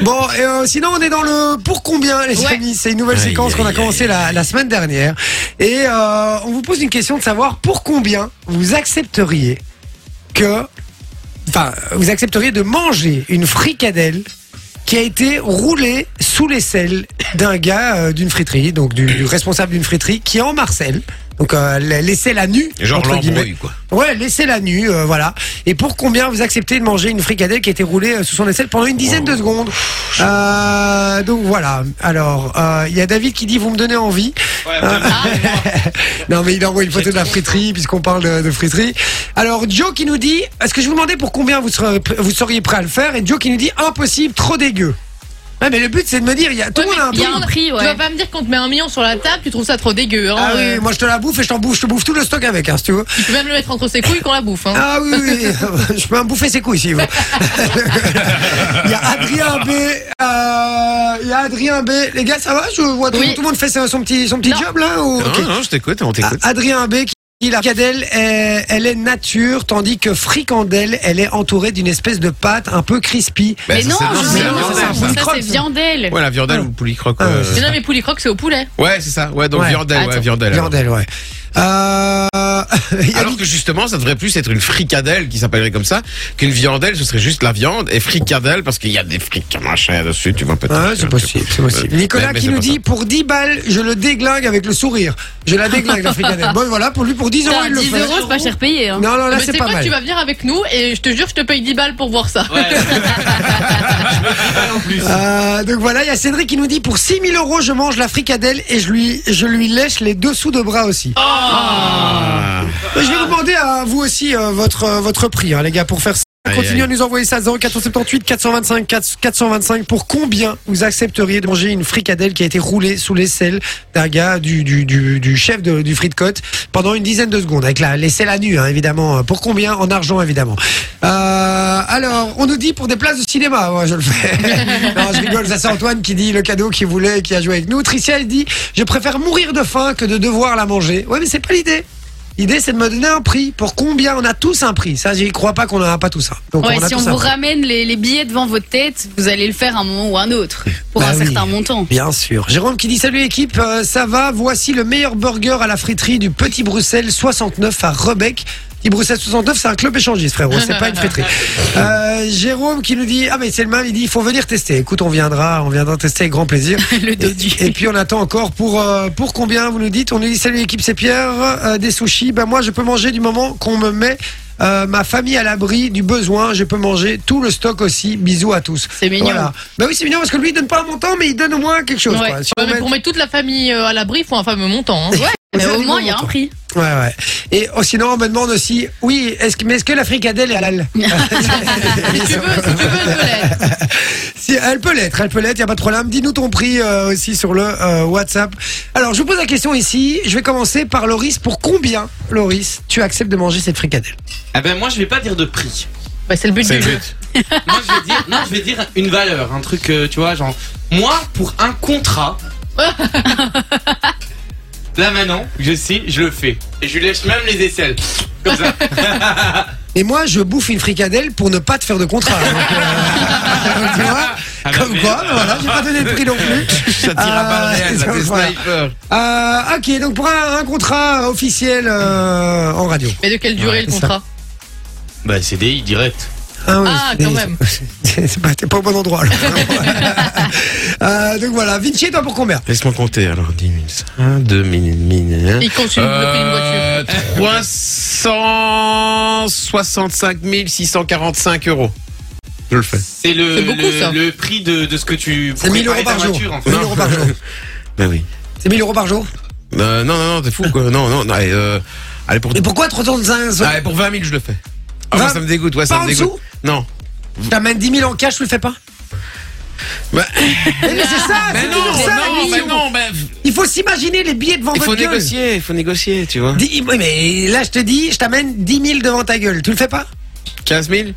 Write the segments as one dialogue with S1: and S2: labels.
S1: Bon, et, euh, sinon on est dans le pour combien les
S2: Ouais.
S1: amis. C'est une nouvelle
S3: Aïe,
S1: séquence qu'on a
S3: aïe,
S1: commencé
S3: aïe,
S1: la, la semaine dernière et euh, on vous pose une question de savoir pour combien vous accepteriez que, enfin, vous accepteriez de manger une fricadelle qui a été roulée sous l'aisselle d'un gars euh, d'une friterie, donc du, du responsable d'une friterie qui est en Marseille. Donc euh, l'aisselle à nu,
S3: Genre
S1: entre guillemets.
S3: l'embrouille, quoi.
S1: Ouais, laissez la nu, euh, voilà. Et pour combien vous acceptez de manger une fricadelle qui a été roulée euh, sous son aisselle pendant une dizaine de secondes Euh, Donc voilà. Alors, euh, il y a David qui dit vous me donnez envie. Euh, non mais il envoie une photo de la friterie puisqu'on parle de, de friterie. Alors Joe qui nous dit est-ce que je vous demandais pour combien vous seriez, pr- vous seriez prêt à le faire Et Joe qui nous dit impossible, trop dégueu. Ouais, mais le but c'est de me dire il y a tout le monde a un
S2: Il y a
S1: prix.
S2: un prix, ouais.
S4: Tu vas pas me dire qu'on te met un million sur la table, tu trouves ça trop dégueu. Hein,
S1: Ah oui,
S4: euh,
S1: moi je te la bouffe et je t'en bouffe, je te bouffe tout le stock avec, hein, si tu veux.
S4: Tu peux même le mettre entre ses couilles qu'on la bouffe. Hein.
S1: Ah oui, oui, oui. je peux me bouffer ses couilles s'il veut. il y a Adrien B. euh, il y a Adrien B. Les gars, ça va Je vois tout,
S2: Oui.
S1: tout le monde fait son son petit, son petit
S4: Non.
S1: job là ou... Ok.
S3: Non, non, je t'écoute, on
S1: Ah,
S3: t'écoute.
S1: Adrien B. qui dit la fricadelle, est- elle est nature, tandis que fricandelle, elle est entourée d'une espèce de pâte un peu crispy.
S3: Ben,
S2: mais
S3: ça,
S2: non,
S3: c'est-
S2: je
S3: c'est
S2: sais
S3: la
S1: Bah, non,
S2: pas,
S3: viandelle,
S2: ça,
S3: ça.
S1: c'est
S2: ça, c'est viandelle.
S3: Ouais, la viandelle
S1: Ah.
S3: ou le poulet croque.
S1: Ah,
S3: euh,
S1: ouais,
S4: Mais non, mais poulet croque, c'est au poulet.
S3: Ouais, c'est ça. Ouais, donc
S1: Ouais.
S3: viandelle, ouais,
S2: Attends.
S3: viandelle. alors.
S1: Viandelle, ouais. Euh, il y a
S3: Alors que justement, ça devrait plus être une fricadelle qui s'appellerait comme ça qu'une viandelle, ce serait juste la viande et fricadelle parce qu'il y a des fric machin dessus, tu vois peut-être.
S1: Ouais, c'est possible, c'est possible.
S3: Euh,
S1: Nicolas
S3: mais- mais
S1: qui
S3: c'est
S1: nous
S3: pas
S1: dit
S3: ça.
S1: pour 10 balles, je le déglingue avec le sourire. Je la déglingue la fricadelle. Bon voilà, pour lui pour 10 euros,
S2: Putain,
S1: il le
S2: 10
S1: fait.
S2: euros, c'est pas cher payé. Hein.
S1: Non non, là
S4: mais
S1: c'est
S4: c'est
S1: pas
S4: quoi,
S1: mal.
S4: tu vas venir avec nous et je te jure, je te paye 10 balles pour voir ça.
S1: Euh, donc voilà, il y a Cédric qui nous dit pour 6000 euros, je mange la fricadelle et je lui je lui lèche les dessous de bras aussi.
S3: Ah.
S1: Mais Je vais vous demander à vous aussi euh, votre euh, votre prix hein, les gars pour faire ça.
S3: Aïe,
S1: Continuez
S3: aïe.
S1: à nous envoyer ça 0478 425 4- 425 pour combien vous accepteriez de manger une fricadelle qui a été roulée sous l'aisselle d'un gars du, du, du, du chef de, du frites-côte pendant une dizaine de secondes avec la l'aisselle à nu hein, évidemment pour combien en argent évidemment euh, alors on nous dit pour des places de cinéma ouais, je le fais non je rigole ça c'est Antoine qui dit le cadeau qu'il voulait qui a joué avec nous Tricia elle dit je préfère mourir de faim que de devoir la manger ouais mais c'est pas l'idée L'idée, c'est de me donner un prix. Pour combien on a tous un prix Ça, j'y crois pas qu'on n'en a pas tous un. Donc,
S2: Ouais,
S1: on a
S2: si on
S1: tous
S2: vous
S1: un prix.
S2: ramène les, les billets devant votre tête, vous allez le faire un moment ou un autre, pour
S1: Bah
S2: un
S1: oui.
S2: certain montant.
S1: Bien sûr. Jérôme qui dit Salut équipe, euh, ça va Voici le meilleur burger à la friterie du Petit Bruxelles 69 à Rebec. Petit Bruxelles 69, c'est un club échangiste, frérot. C'est pas une friterie. Euh, Jérôme qui nous dit Ah, mais c'est le mal. Il dit Il faut venir tester. Écoute, on viendra. On viendra tester avec grand plaisir.
S2: Le dodu.
S1: Et puis on attend encore pour euh, pour combien vous nous dites On nous dit salut équipe c'est Pierre euh, des sushis. Ben moi je peux manger du moment qu'on me met euh, ma famille à l'abri du besoin. Je peux manger tout le stock aussi. Bisous à tous.
S4: C'est mignon.
S1: Voilà. Ben oui c'est mignon parce que lui il donne pas un montant mais il donne au moins quelque chose.
S4: Ouais.
S1: quoi. Si
S4: Ouais,
S1: on
S4: mais
S1: met-
S4: pour mettre toute la famille euh, à l'abri, il faut un fameux montant. hein.
S2: Mais
S1: Vous
S2: au
S1: avez
S2: moins,
S1: du
S2: il y a
S1: bon
S2: un prix.
S1: Ouais ouais. Et oh, sinon on me demande aussi oui est-ce que mais est-ce que la fricadelle est halal
S4: si tu veux, si tu veux, je te l'aide.
S1: Si, elle peut l'être, elle peut l'être, y a pas de problème. Dis-nous ton prix euh, aussi sur le euh, WhatsApp. Alors, je vous pose la question ici. Je vais commencer par Loris. Pour combien, Loris, tu acceptes de manger cette fricadelle
S5: Ah ben moi je vais pas dire de prix.
S4: Bah, c'est le but
S3: C'est
S4: du
S3: le
S4: jeu.
S3: but.
S5: Moi je vais dire, non, je vais dire une valeur, un truc, euh, tu vois, genre moi pour un contrat. Là maintenant, je sais, je le fais. Et je lui lèche même les aisselles. Comme ça.
S1: Et moi, je bouffe une fricadelle pour ne pas te faire de contrat. Donc, euh, tu vois
S5: Ah,
S1: Comme
S5: mais-
S1: quoi, voilà, j'ai pas donné de prix non plus.
S3: Ça tire à balles réelles, ça,
S1: Ah,
S3: t'es
S1: voilà.
S3: sniper.
S1: Euh, ok, donc pour un, un contrat officiel euh, en radio.
S4: Mais de quelle durée le
S1: c'est ça.
S4: contrat
S5: Bah CDI direct.
S1: oui,
S4: Ah,
S1: mais-
S4: quand même.
S1: C'est pas- T'es pas au bon endroit. alors. Euh, donc voilà, Vinci, toi pour combien
S3: Laisse-moi compter alors 10 minutes. 1 2 minutes minutes.
S4: Il compte sur le prix d'une voiture.
S3: Euh, 365 645 euros. Je le fais.
S5: C'est le,
S4: C'est beaucoup,
S5: le-
S4: ça.
S5: le prix de, de ce que tu
S1: C'est 1000 euros par jour.
S5: voiture en fait.
S1: 1000 euros par jour.
S3: Ben oui.
S1: C'est 1000 euros par jour.
S3: Euh, non, non, non, t'es fou quoi. Non, non, non. allez, euh, allez, pour,
S1: Mais pourquoi 365
S3: allez, pour 20 000, je le fais. Ah, moi,
S1: 20
S3: ça me dégoûte, ouais, ça
S1: Pas en
S3: me dégoûte.
S1: dessous
S3: Non.
S1: T'amènes 10 000 en cash, tu le fais pas
S3: Bah,
S1: Mais, mais c'est ça, Ah, c'est
S3: mais non,
S1: toujours ça,
S3: non,
S1: la
S3: mais
S1: vision.
S3: non, ben,
S1: Il faut s'imaginer les billets devant
S3: il faut
S1: votre gueule.
S3: négocier, il faut négocier, tu vois.
S1: Dix- oui, mais là, je te dis, je t'amène 10 000 devant ta gueule. Tu le fais pas
S3: 15 000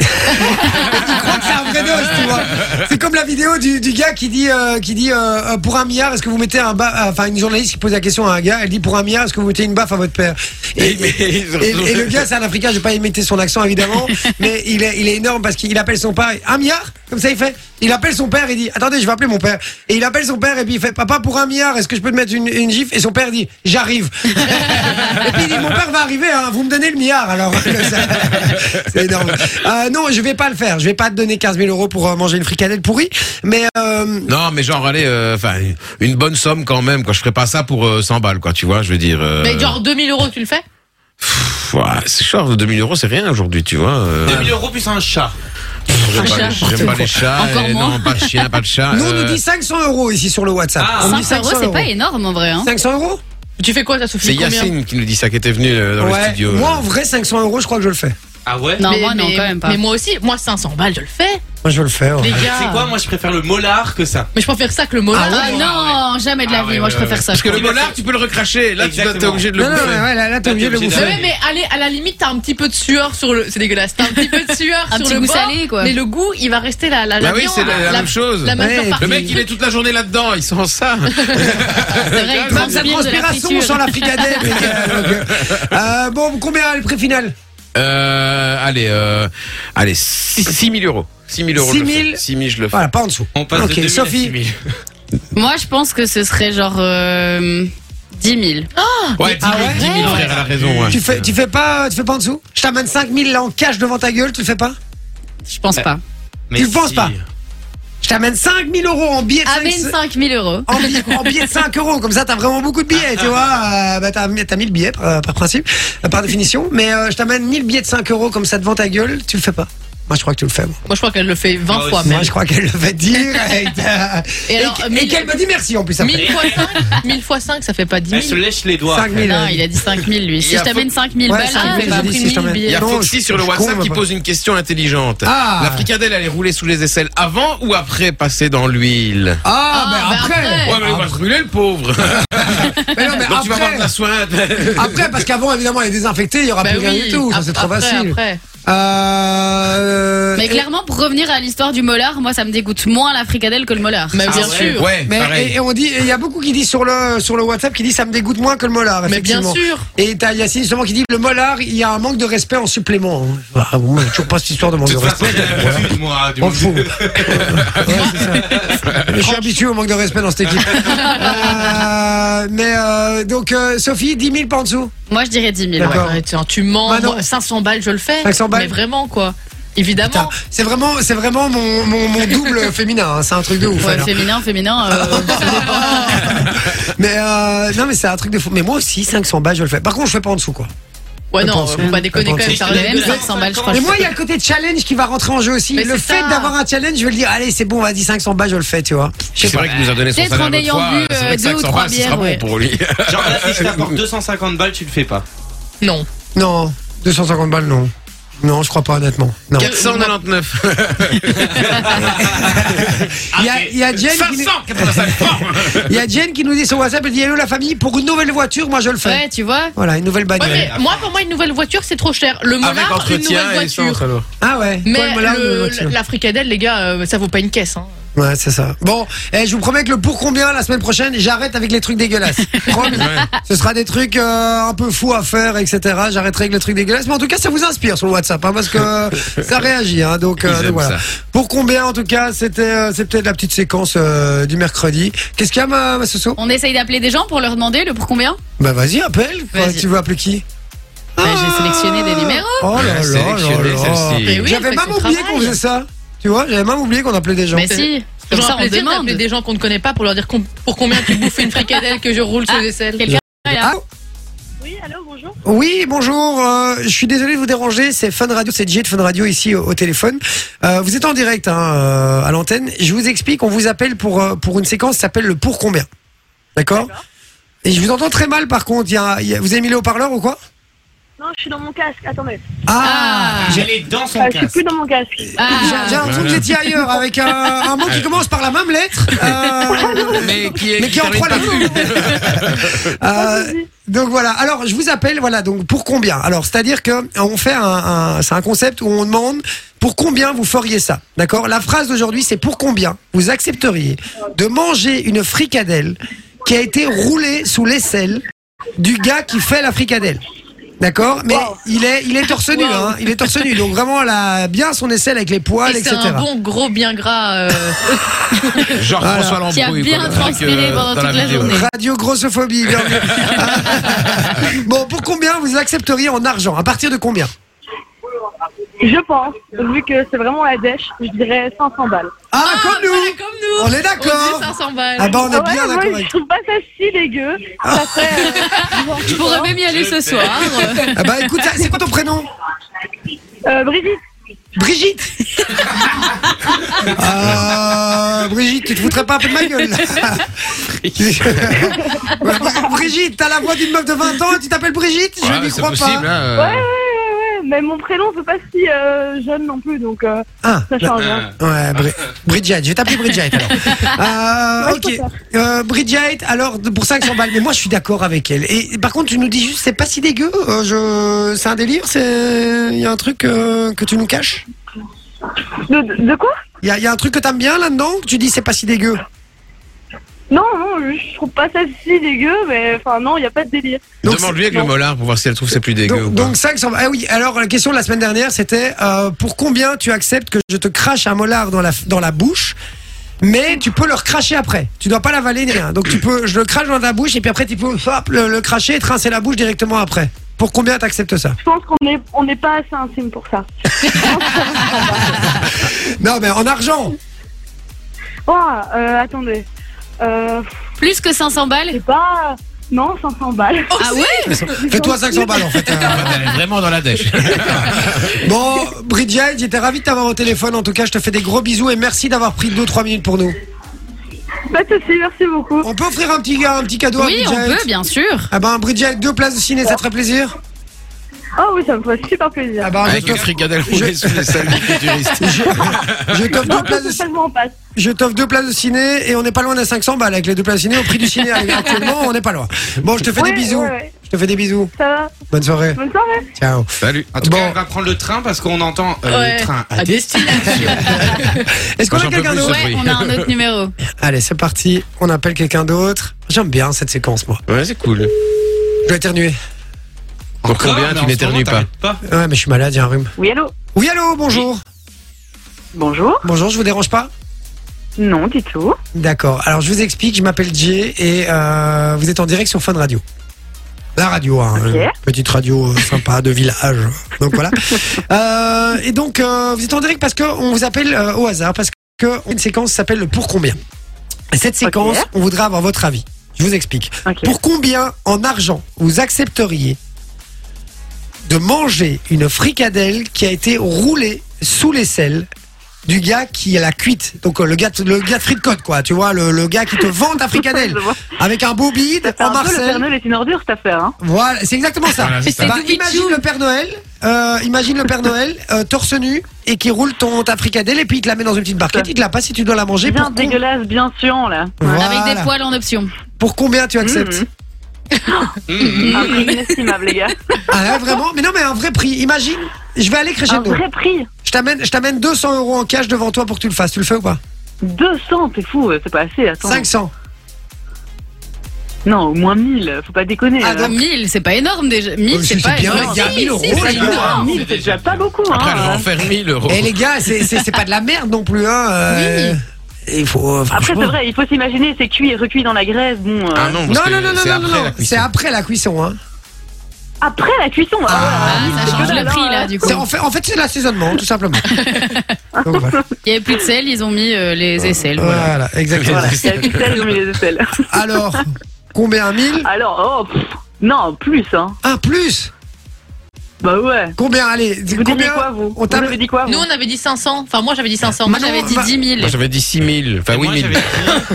S3: Ah.
S1: Je crois que c'est un vrai dos, tu vois. C'est comme la la vidéo du, du gars qui dit, euh, qui dit euh, euh, pour un milliard, est-ce que vous mettez un baf Enfin, une journaliste qui pose la question à un gars, elle dit pour un milliard, est-ce que vous mettez une baffe à votre père Et,
S3: Et-
S1: et- et- et le gars, c'est un Africain, je vais pas imiter son accent évidemment, mais il est, il est énorme parce qu'il appelle son père un milliard, comme ça il fait. Il appelle son père, il dit attendez, je vais appeler mon père. Et il appelle son père et puis il fait papa pour un milliard, est-ce que je peux te mettre une, une gifle Et son père dit j'arrive. et puis il dit mon père va arriver, hein, vous me donnez le milliard alors. c'est énorme. Euh, non, je vais pas le faire, je vais pas te donner 15 000 euros pour euh, manger une fricadelle pourrie, mais euh,
S3: Non, mais genre, allez, euh, enfin, une bonne somme quand même, quoi. Je ferais pas ça pour euh, 100 balles, quoi, tu vois, je veux dire. euh,
S4: Mais genre 2000 euros, tu le fais
S3: pff, ouais, c'est cher, 2000 euros, c'est rien aujourd'hui, tu vois. euh,
S5: 2000 euros plus un chat.
S3: pff, j'aime
S4: Un
S3: pas
S4: chat.
S3: les- J'aime pas les chats.
S2: Encore
S3: et
S2: moins.
S3: Non, pas de chien, pas de chat.
S1: nous on
S3: euh,
S1: nous dit 500 euros ici sur le WhatsApp.
S5: Ah.
S1: on nous dit
S2: 500 euros, c'est pas énorme en vrai. Hein.
S1: 500 euros
S4: Tu fais quoi, ça
S3: c'est
S4: Sophie Combien
S3: Yacine qui nous dit ça, qui était venu euh, dans le
S1: Ouais.
S3: studio.
S1: Moi
S3: euh.
S1: en vrai 500 euros, je crois que je le fais.
S5: Ah ouais
S2: Non,
S4: Mais-
S2: moi, non,
S4: mais-
S2: quand même pas.
S4: Mais moi aussi, moi 500 balles, je le fais.
S1: Moi je veux le faire.
S4: Les
S5: C'est
S4: gars. Oh
S5: quoi Moi, je préfère le molar que ça.
S4: Mais je préfère ça que le mot.
S2: Ah, non, jamais de la
S5: Ah
S2: vie.
S5: ouais,
S2: moi,
S5: ouais,
S2: je préfère ça.
S3: Parce que
S2: je
S3: le dollar, tu peux le recracher. Là, tu dois- t'es
S5: Exactement.
S3: obligé de le
S1: Non, non,
S3: bouffer.
S1: ouais, ouais, là, là t'es
S5: Là,
S1: obligé de le
S5: t'es obligé
S1: bouffer.
S5: d'aller.
S4: Ouais, mais allez, à la limite, t'as un petit peu de sueur sur le. C'est dégueulasse. T'as un petit peu de sueur
S2: Un
S4: sur
S2: petit
S4: le
S2: goût
S4: bord,
S2: salé, quoi.
S4: Mais le goût, il va rester la. la,
S3: Bah
S4: la
S3: oui,
S4: viande,
S3: c'est la, la
S4: la-
S3: même chose.
S4: la majeure
S1: Ouais,
S4: partie.
S3: Le mec, il est toute la journée là-dedans. Il sent ça.
S2: préfère. C'est vrai, il
S1: Même sa
S2: transpire de la
S1: transpiration
S2: friture.
S1: sur la fricadelle. les gars, donc, euh, euh, bon, combien le prix final
S3: Euh, allez, euh, allez, 6 000 euros. 6 000 euros.
S1: 6 000?
S3: 6 000, je le fais.
S1: Voilà, pas en dessous.
S5: On passe
S1: Ok,
S5: de 2000 à
S1: Sophie.
S5: 6000.
S2: Moi, je pense que ce serait genre euh, 10 000.
S3: Ouais, 10
S1: Ah
S3: 000,
S1: ouais
S3: 10 000 frère, elle a raison. ouais.
S1: Tu fais, tu fais pas, tu fais pas en dessous Je t'amène 5000 là en cash devant ta gueule, tu le fais pas
S2: Je pense pas.
S5: Mais
S1: Tu le penses pas Je t'amène 5000 euros en billets de 5
S2: Amène 5 000 euros.
S1: en, billets, en billets de 5 euros, comme ça t'as vraiment beaucoup de billets, tu vois. Euh, bah, t'as, t'as 1000 billets par, par principe, euh, par définition. Mais euh, je t'amène 1000 billets de 5 euros comme ça devant ta gueule, tu le fais pas. Moi je crois que tu le fais. Moi,
S4: Moi, je crois qu'elle le fait 20
S5: Ah ouais,
S4: fois
S5: c'est-
S4: même.
S1: moi je crois qu'elle le fait direct.
S4: Et, alors,
S1: et,
S4: euh,
S1: et
S4: mille-
S1: qu'elle me dit merci en plus après.
S4: 1000 fois 5, 1000 fois 5, ça fait pas 10 000.
S5: Elle se lèche les doigts.
S1: 5000.
S2: Non, il a dit 5 000 lui.
S3: Il
S2: Si
S3: y a
S2: je t'amène 5 000
S1: Ouais,
S2: balles,
S1: ça,
S2: ah,
S1: j'ai
S2: j'ai pas
S1: dit,
S2: pris
S1: si je
S2: 1000
S1: t'emmène.
S3: Il y
S2: billets.
S3: a
S1: Non,
S3: Foxy
S1: je-
S3: sur le
S1: je
S3: WhatsApp
S1: comprends
S3: qui
S1: pas.
S3: pose une question intelligente.
S1: Ah.
S3: La fricadelle, elle est roulée sous les aisselles avant ou après passer dans l'huile
S1: Ah,
S4: Ah,
S1: ben
S4: ben
S1: après.
S4: après.
S3: Ouais, mais il va se brûler le pauvre.
S1: Ah. Mais non, mais
S3: Donc tu vas avoir
S1: après,
S3: de la soin.
S1: après, parce qu'avant, évidemment, elle est désinfectée, il n'y aura
S4: Bah
S1: plus rien
S4: oui,
S1: du tout. Ça, c'est trop
S4: après,
S1: facile.
S4: après.
S1: Euh...
S2: Mais clairement, pour revenir à l'histoire du molar, moi, ça me dégoûte moins la fricadelle que le molar.
S4: Mais bien
S5: ouais.
S4: sûr.
S3: Ah Ouais,
S1: Mais
S3: pareil.
S1: et, et on dit, et il y a beaucoup qui disent sur le sur le WhatsApp qui dit ça me dégoûte moins que le molar.
S4: Mais bien
S1: effectivement.
S4: sûr.
S1: Et t'as Yacine justement qui dit le molar, il y a un manque de respect en supplément. Ah, bon, moi, j'ai toujours pas cette histoire de manque
S5: De
S1: de
S5: toute façon,
S1: respect.
S5: j'ai l'habitude, moi. du
S1: On
S5: monde.
S1: fout. Je suis habitué au manque de respect dans cette équipe. Euh, mais euh, donc euh, Sophie, 10 000 pas en dessous.
S2: Moi, je dirais 10 000.
S1: D'accord.
S2: ouais.
S1: D'accord.
S4: Ouais, tiens, tu mens.
S1: Bah non.
S4: Moi, 500 balles, je le fais.
S1: 500 balles.
S4: Mais vraiment, quoi.
S1: Putain,
S4: Évidemment.
S1: C'est vraiment c'est vraiment mon, mon, mon double féminin. hein, C'est un truc de ouf.
S2: Ouais,
S1: alors.
S2: féminin, féminin. euh,
S1: Mais euh, non, mais c'est un truc de fou. Mais moi aussi, 500 balles, je le fais. Par contre, je fais pas en dessous, quoi.
S4: Ouais,
S1: Je
S4: non,
S1: pense,
S4: faut
S1: ouais.
S4: pas déconner
S1: Je pense.
S4: quand même. Ça
S2: Mais
S4: relève de
S2: même
S4: 500 balles,
S5: Mais
S4: je crois.
S1: Mais moi, il y a le côté challenge qui va rentrer en jeu aussi.
S4: Mais
S1: le
S4: c'est
S1: fait
S4: ça.
S1: d'avoir un challenge, je vais le dire, allez, c'est bon, on va dire 500 balles, je le fais, tu vois. Je
S3: C'est
S1: sais pas.
S3: vrai qu'il nous a donné son
S2: Peut-être
S3: salaire
S2: en
S3: l'autre
S2: ayant
S3: fois,
S2: bu,
S3: c'est vrai
S2: euh,
S3: que
S2: deux ou
S3: 500
S2: trois
S3: balles, ce sera
S2: bières, ouais.
S3: bon pour lui.
S5: Genre là, si je t'apporte 250 balles, tu le fais pas.
S4: Non.
S1: Non, 250 balles, non. Non, je crois pas, honnêtement. Non.
S3: 499. Ah,
S1: Il y a, il y a Jen qui nous-
S3: 585 francs.
S1: il y a Jen qui nous dit sur WhatsApp, elle dit hello la famille, pour une nouvelle voiture, moi je le fais.
S2: Ouais, tu vois.
S1: Voilà, une nouvelle
S4: Ouais,
S1: bagnole.
S4: mais moi, pour moi, une nouvelle voiture, c'est trop cher. Le
S3: Avec
S4: molar, une
S3: entretien
S4: nouvelle
S3: et
S4: voiture.
S3: essence alors.
S1: Ah ouais, toi,
S4: Mais
S1: le malin, une
S4: le-
S1: voiture.
S4: la fricadelle, les gars, euh, ça vaut pas une caisse. Hein.
S1: Ouais, c'est ça. Bon, eh, je vous promets que le pour combien la semaine prochaine, j'arrête avec les trucs dégueulasses. Promis. Ce sera des trucs euh, un peu fous à faire, etc. J'arrêterai avec les trucs dégueulasses. Mais en tout cas, ça vous inspire sur le WhatsApp, hein, parce que ça réagit. Hein, donc,
S3: Ils
S1: euh, donc
S3: aiment
S1: voilà.
S3: ça.
S1: Pour combien, en tout cas, c'était euh, c'est peut-être la petite séquence euh, du mercredi. Qu'est-ce qu'il y a, ma, ma Soso
S2: On essaye d'appeler des gens pour leur demander le pour combien
S1: Bah vas-y, appelle. Quoi,
S2: Vas-y.
S1: tu veux appeler qui
S2: Bah, J'ai sélectionné des numéros.
S1: Oh là là
S3: Sélectionner
S1: là là.
S3: celle-ci.
S4: Mais oui,
S1: J'avais
S4: elle fait
S1: même
S4: son
S1: oublié
S4: travail.
S1: qu'on faisait ça. Tu vois, j'avais même oublié qu'on appelait des gens.
S2: Mais si, comme
S4: Genre
S2: ça
S4: un
S2: on
S4: plaisir
S2: demande.
S4: d'appeler des gens qu'on ne connaît pas pour leur dire com- pour combien tu bouffes une fricadelle que je roule sur les aisselles.
S2: quelqu'un-
S1: Ah,
S6: Oui, allô, bonjour.
S1: Oui, bonjour. euh, je suis désolé de vous déranger. C'est Fun Radio, c'est DJ de Fun Radio ici au, au téléphone. Euh, vous êtes en direct hein, euh, à l'antenne. Je vous explique. On vous appelle pour euh, pour une séquence qui s'appelle le pour combien. D'accord.
S6: D'accord.
S1: Et je vous entends très mal par contre. Il y a- il y a- vous avez mis le haut-parleur ou quoi
S6: Non, je suis dans mon casque. Attendez.
S1: Ah, j'ai-
S5: J'allais dans son
S6: Euh, je suis
S5: casque.
S6: plus dans mon casque.
S1: j'ai j'ai l'impression que j'étais ailleurs avec un, un mot qui commence par la même lettre. euh,
S3: Mais qui est
S1: mais qui est en
S3: termine
S1: trois
S3: par-
S1: lettres. Euh, Donc voilà. Alors je vous appelle. Voilà. Donc pour combien Alors c'est à dire que euh, on fait un, un- c'est un concept où on demande pour combien vous feriez ça. D'accord. La phrase d'aujourd'hui c'est pour combien vous accepteriez de manger une fricadelle qui a été roulée sous l'aisselle du gars qui fait la fricadelle. D'accord, mais
S6: Wow.
S1: il est il est torse nu,
S4: Wow.
S1: hein. il est torse nu, donc vraiment elle a bien son aisselle avec les poils,
S4: Et c'est
S1: Ah, etc.
S4: un bon gros bien gras. euh,
S3: Genre
S1: Voilà.
S3: François Lambrouille.
S2: Qui a bien
S3: quoi,
S2: transpiré
S3: avec, euh,
S2: pendant
S3: dans
S2: toute la
S3: vidéo.
S2: journée.
S1: Radio grossophobie. bien vu. bon, pour combien vous accepteriez en argent À partir de combien
S6: Je pense, vu que c'est vraiment la dèche, je dirais 500 balles.
S1: Ah,
S4: ah,
S1: comme nous
S4: voilà, comme nous.
S1: On est
S4: On
S1: d'accord
S4: dit 500 balles.
S1: Ah bah on est
S6: ouais,
S1: bien
S6: moi,
S1: d'accord
S6: je
S1: avec
S6: trouve pas ça si dégueu. Ça fait. euh, genre,
S4: Je pourrais même y aller ce
S5: Je
S4: soir.
S1: Ah bah écoute, ça- c'est quoi ton prénom
S6: euh, Brigitte,
S1: Brigitte Ah, Brigitte, tu te foutrais pas un peu de ma gueule là Brigitte, t'as la voix d'une meuf de 20 ans et tu t'appelles Brigitte Je
S3: Ouais,
S1: n'y
S3: c'est
S1: crois
S3: possible,
S1: pas
S3: hein, euh.
S6: Ouais, ouais, mais mon prénom, c'est pas si euh, jeune non plus, donc euh,
S1: Ah,
S6: ça change. hein.
S1: Ouais, Bri- Bridget, je vais t'appeler Bridget alors. Euh,
S6: Ouais, je
S1: ok, Euh, Bridget, alors pour 500 balles, mais moi je suis d'accord avec elle. Et par contre, tu nous dis juste, c'est pas si dégueu, euh, je... c'est un délire, c'est il y a un truc euh, que tu nous caches
S6: De, de- de quoi
S1: Il y a, il y a un truc que t'aimes bien là-dedans que tu dis c'est pas si dégueu
S6: Non, non, je trouve pas ça si dégueu, mais enfin, non, il y a pas de délire.
S1: Donc,
S3: Demande-lui avec
S1: non.
S3: le molar pour voir si elle trouve c'est plus dégueu
S1: donc,
S3: ou pas.
S1: donc 500 Ah oui, alors la question de la semaine dernière, c'était euh, pour combien tu acceptes que je te crache un molar dans la, dans la bouche mais tu peux le recracher après. Tu dois pas l'avaler ni rien. Donc tu peux, je le crache dans ta bouche et puis après tu peux hop, le, le cracher et trincer la bouche directement après. Pour combien t'acceptes ça
S6: Je pense qu'on est, on n'est pas assez intime pour ça.
S1: Non mais en argent.
S6: Oh, euh, attendez. Euh,
S2: Plus que 500
S6: je
S2: balles
S6: sais pas. Non, 500 balles.
S2: Ah ouais
S1: Fais-toi 500 balles en fait.
S3: Ah,
S1: Euh,
S3: elle est vraiment dans la dèche.
S1: Bon, Bridget, j'étais ravi de t'avoir au téléphone. En tout cas, je te fais des gros bisous et merci d'avoir pris 2-3 minutes pour nous.
S6: Pas de soucis, merci beaucoup.
S1: On peut offrir un petit, un petit cadeau
S2: Oui,
S1: à
S2: on
S1: Bridget
S2: peut, bien sûr.
S1: Ah ben Bridget, deux places de ciné, ça te ferait plaisir
S6: Oh oui, ça me ferait super plaisir.
S1: Ah ben je
S3: Avec une
S1: t'offre-
S3: fricadelle roulée sous les salles du futuriste.
S1: je t'offre deux
S6: Non,
S1: places de
S6: ça,
S1: ciné.
S6: je m'en passe.
S1: Je t'offre deux places de ciné et on n'est pas loin des 500 balles avec les deux places de ciné au prix du ciné actuellement, on n'est pas loin. Bon, je te fais
S6: Ouais,
S1: des bisous.
S6: ouais, ouais.
S1: Je te fais des bisous.
S6: Ça va.
S1: Bonne soirée.
S6: Bonne soirée.
S1: Ciao.
S3: Salut.
S5: En tout
S1: Bon.
S5: cas, on va prendre le train parce qu'on entend euh,
S2: Ouais.
S5: le train.
S2: À destination.
S1: Est-ce qu'on
S3: Moi,
S1: a
S3: j'en peux
S1: quelqu'un
S3: plus,
S1: d'autre
S3: ça.
S2: Ouais,
S3: bruit.
S2: on a un autre numéro.
S1: Allez, c'est parti. On appelle quelqu'un d'autre. J'aime bien cette séquence moi.
S3: Ouais, c'est cool.
S1: Je vais éternuer.
S3: Pour combien
S5: Ah, mais
S3: tu
S5: en ce
S3: n'éternues
S5: moment,
S3: pas
S5: t'arrêtes pas
S1: Ouais, mais je suis malade, j'ai un rhume.
S6: Oui, allô.
S1: Oui, allô, bonjour.
S6: Bonjour.
S1: Bonjour, je vous dérange pas
S6: Non, du tout.
S1: D'accord. Alors je vous explique, je m'appelle Jay et euh, vous êtes en direct sur Fun Radio. La radio, hein,
S6: Ok.
S1: euh, petite radio euh, sympa de village. Donc voilà. Euh, et donc euh, vous êtes en direct parce que on vous appelle euh, au hasard parce que on a une séquence qui s'appelle le pour combien. Et cette séquence, on voudrait avoir votre avis. Je vous explique.
S6: Ok.
S1: Pour combien en argent vous accepteriez de manger une fricadelle qui a été roulée sous l'aisselle du gars qui l'a cuite Donc euh, le gars, le gars de frites quoi, tu vois, le, le gars qui te vend ta fricadelle avec un beau bide en Marseille.
S6: est une ordure, cette affaire. Hein.
S1: Voilà, c'est exactement ça.
S3: Voilà, c'est
S2: ça.
S1: Bah,
S2: C'est tout
S1: imagine
S2: pitchou.
S1: le Père Noël, euh, imagine le Père Noël euh, torse nu et qui roule ton ta fricadelle et puis il te la met dans une petite barquette, il te la passe et tu dois la manger. Pour, com-
S6: dégueulasse, bien sûr, là.
S2: Avec des
S1: Voilà.
S2: poils en option.
S1: pour combien tu acceptes
S6: mmh.
S5: Mmh.
S6: Un prix inestimable, les gars.
S1: Ah ouais, vraiment Mais non, mais un vrai prix. Imagine, je vais aller
S6: Un
S1: crescendo.
S6: vrai prix.
S1: Je t'amène, je t'amène 200 euros en cash devant toi pour que tu le fasses. Tu le fais ou pas
S6: 200, t'es fou, euh, c'est pas assez, attends.
S1: 500.
S6: Non, au moins 1000, faut pas déconner. euh.
S1: Ah,
S6: là.
S1: donc,
S2: 1000, c'est pas énorme déjà. 1000, c'est
S1: c'est
S2: pas
S1: Oh, bien,
S2: énorme.
S1: il y a
S2: Si,
S1: 1000 euros,
S2: si, c'est
S1: là,
S2: énorme.
S6: 1000, c'est déjà pas beaucoup,
S3: Après, elle va
S2: Ah.
S6: hein.
S3: en faire 1000 euros.
S1: Et Eh, les gars, c'est, c'est, c'est pas de la merde non plus. Hein, euh, Il faut. euh,
S6: Après,
S1: franchement.
S6: c'est vrai, il faut s'imaginer, c'est cuit et recuit dans la graisse, bon. euh,
S3: Ah non, parce
S1: Non,
S3: que
S1: non, non, non,
S3: c'est
S1: non,
S3: après
S1: non,
S3: la
S1: non.
S3: cuisson.
S1: C'est après la cuisson. Hein.
S6: Après la cuisson, ah,
S1: Ah,
S6: ouais,
S2: Ah,
S6: c'est
S2: ça change
S6: que
S2: le
S6: dalle,
S2: prix
S6: hein.
S2: là, du coup.
S1: C'est, en, fait, en fait, c'est de l'assaisonnement, tout simplement. Donc, voilà.
S2: Il y avait plus de sel, ils ont mis euh, les aisselles. voilà.
S1: voilà, exactement.
S6: Voilà, il y a du sel dans les aisselles.
S1: Alors, combien 1000
S6: Alors, oh, pff, non, plus, hein.
S1: Un plus
S6: Bah ouais.
S1: Combien Allez,
S6: Vous disiez
S1: combien
S6: quoi, vous
S1: on
S6: Vous
S1: tape-
S6: avez dit quoi, vous
S4: Nous, on avait dit 500. Enfin, moi, j'avais dit 500.
S2: Moi
S1: Manon,
S2: j'avais
S1: va-
S2: dit 10
S3: Moi,
S2: 000.
S3: j'avais dit 6000. Enfin,
S5: Et moi,
S3: 8000.
S5: j'avais dit-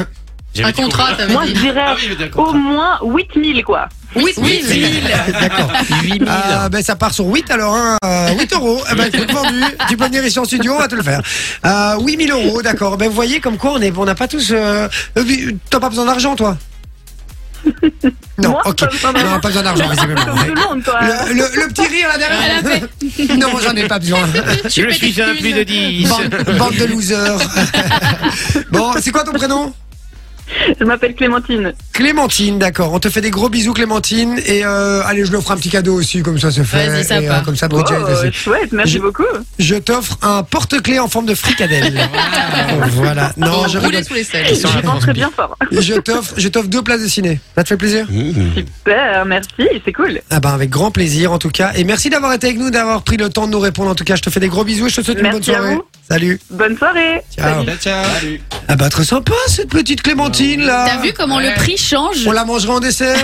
S4: Un
S5: j'avais dit
S4: contrat,
S5: combien
S4: t'avais
S6: Moi,
S4: dit.
S6: je dirais
S5: Ah oui, je veux dire
S6: au
S5: contrat.
S6: moins 8000, quoi.
S2: Oui, oui, oui.
S1: D'accord.
S3: 8000.
S1: Ah, ben, ça part sur 8 alors, hein, euh, 8 euros. Eh ben, écoute, vendu. Tu peux venir ici en studio, on va te le faire. Euh, 8000 euros, d'accord. Ben, vous voyez comme quoi on est, on n'a pas tous. Euh, euh, T'as pas besoin d'argent, toi Non,
S6: Moi,
S1: ok.
S6: pas besoin d'argent.
S1: Non, pas besoin d'argent, visiblement.
S6: Comme tout le monde, toi.
S1: Le, le- le petit rire là
S2: Elle a
S1: derrière. Non, j'en ai pas besoin.
S3: Je suis un plus de 10.
S1: Bande, bande de losers. Bon, c'est quoi ton prénom
S6: Je m'appelle Clémentine.
S1: Clémentine, d'accord. On te fait des gros bisous, Clémentine. Et euh, allez, je lui offre un petit cadeau aussi, comme ça c'est fait.
S2: Vas-y,
S1: Et, euh,
S2: sympa.
S1: comme ça,
S6: Oh,
S1: Bridget aussi.
S6: chouette, merci
S1: Je-
S6: beaucoup.
S1: Je t'offre un porte-clés en forme de fricadelle. voilà. Non, je
S4: Rouler
S1: rigole.
S4: sous les selles.
S3: Ils sont
S6: Je
S3: là,
S6: pense
S3: France
S6: très bien fort.
S1: Je t'offre, je t'offre deux places de ciné. Ça te fait plaisir
S6: Super, merci, c'est cool.
S1: Ah ben avec grand plaisir en tout cas. Et merci d'avoir été avec nous, d'avoir pris le temps de nous répondre. En tout cas, je te fais des gros bisous. et Je te souhaite une
S6: Merci
S1: bonne
S6: à
S1: soirée.
S6: vous.
S1: Salut.
S6: Bonne soirée.
S1: Ciao.
S5: Ciao, ciao.
S1: Ah bah très sympa cette petite Clémentine là.
S2: T'as vu comment le prix change
S1: On la mangera en dessert.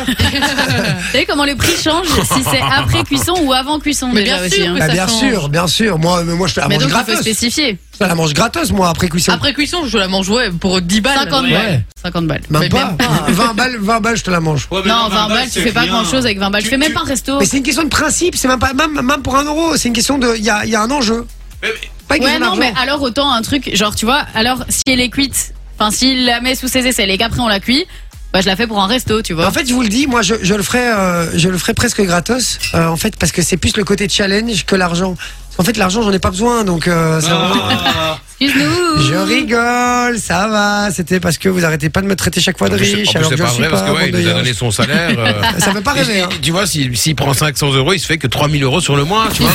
S2: T'as vu comment le prix change si c'est après cuisson ou avant cuisson
S4: Mais
S2: déjà
S4: bien
S2: aussi
S4: sûr
S2: hein.
S4: que
S1: Bah,
S4: ça
S1: bien
S4: change.
S1: sûr, bien sûr. Moi, mais moi je fais la
S2: Mais
S1: mange
S2: donc il faut
S1: gratos. Je
S2: spécifier.
S1: fais la mange gratos moi après cuisson.
S4: Après cuisson, je la mange ouais, pour 10 balles.
S2: 50
S4: Ouais.
S2: balles. 50 balles.
S1: Même
S4: mais
S1: pas.
S4: même pas.
S1: 20 balles, 20 balles, je te la mange.
S5: Ouais, mais
S2: Non, 20
S5: Mandal,
S2: balles, tu
S5: c'est
S2: fais pas
S5: rien.
S2: grand chose avec 20 balles. Tu
S5: Tu-
S2: fais même
S5: tu-
S2: pas un resto.
S1: Mais c'est une question de principe. C'est même pas même, même pour un euro. C'est une question de. Il y a, il y a un enjeu.
S5: Mais-
S1: Pas une
S2: Ouais,
S1: question
S2: non,
S1: d'argent.
S2: mais alors autant un truc, genre tu vois, alors si elle est cuite, enfin s'il la met sous ses aisselles et qu'après on la cuit, bah je la fais pour un resto, tu
S3: Hein
S2: vois.
S1: En fait, je vous le dis, moi, je, je le ferai, euh, je le ferai presque gratos, euh, en fait, parce que c'est plus le côté challenge que l'argent. En fait, l'argent, j'en ai pas besoin, donc euh, ça va.
S5: Ah.
S2: Excuse-nous.
S1: Je rigole, ça va. C'était parce que vous arrêtez pas de me traiter chaque fois
S3: En
S1: de
S3: plus,
S1: riche,
S3: c'est- en
S1: alors
S3: plus,
S1: que
S3: c'est
S1: je
S3: pas
S1: suis
S3: vrai parce que
S1: pas.
S3: ouais, il
S1: bande
S3: nous
S1: de
S3: a donné
S1: yeux.
S3: son salaire. euh,
S1: Ça fait pas
S3: et-
S1: rêver. Hein.
S3: et- Tu vois, s'il s'il prend 500 euros, il se fait que 3000 euros sur le mois, tu vois.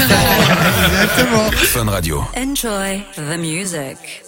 S1: Exactement.
S7: Enjoy the music.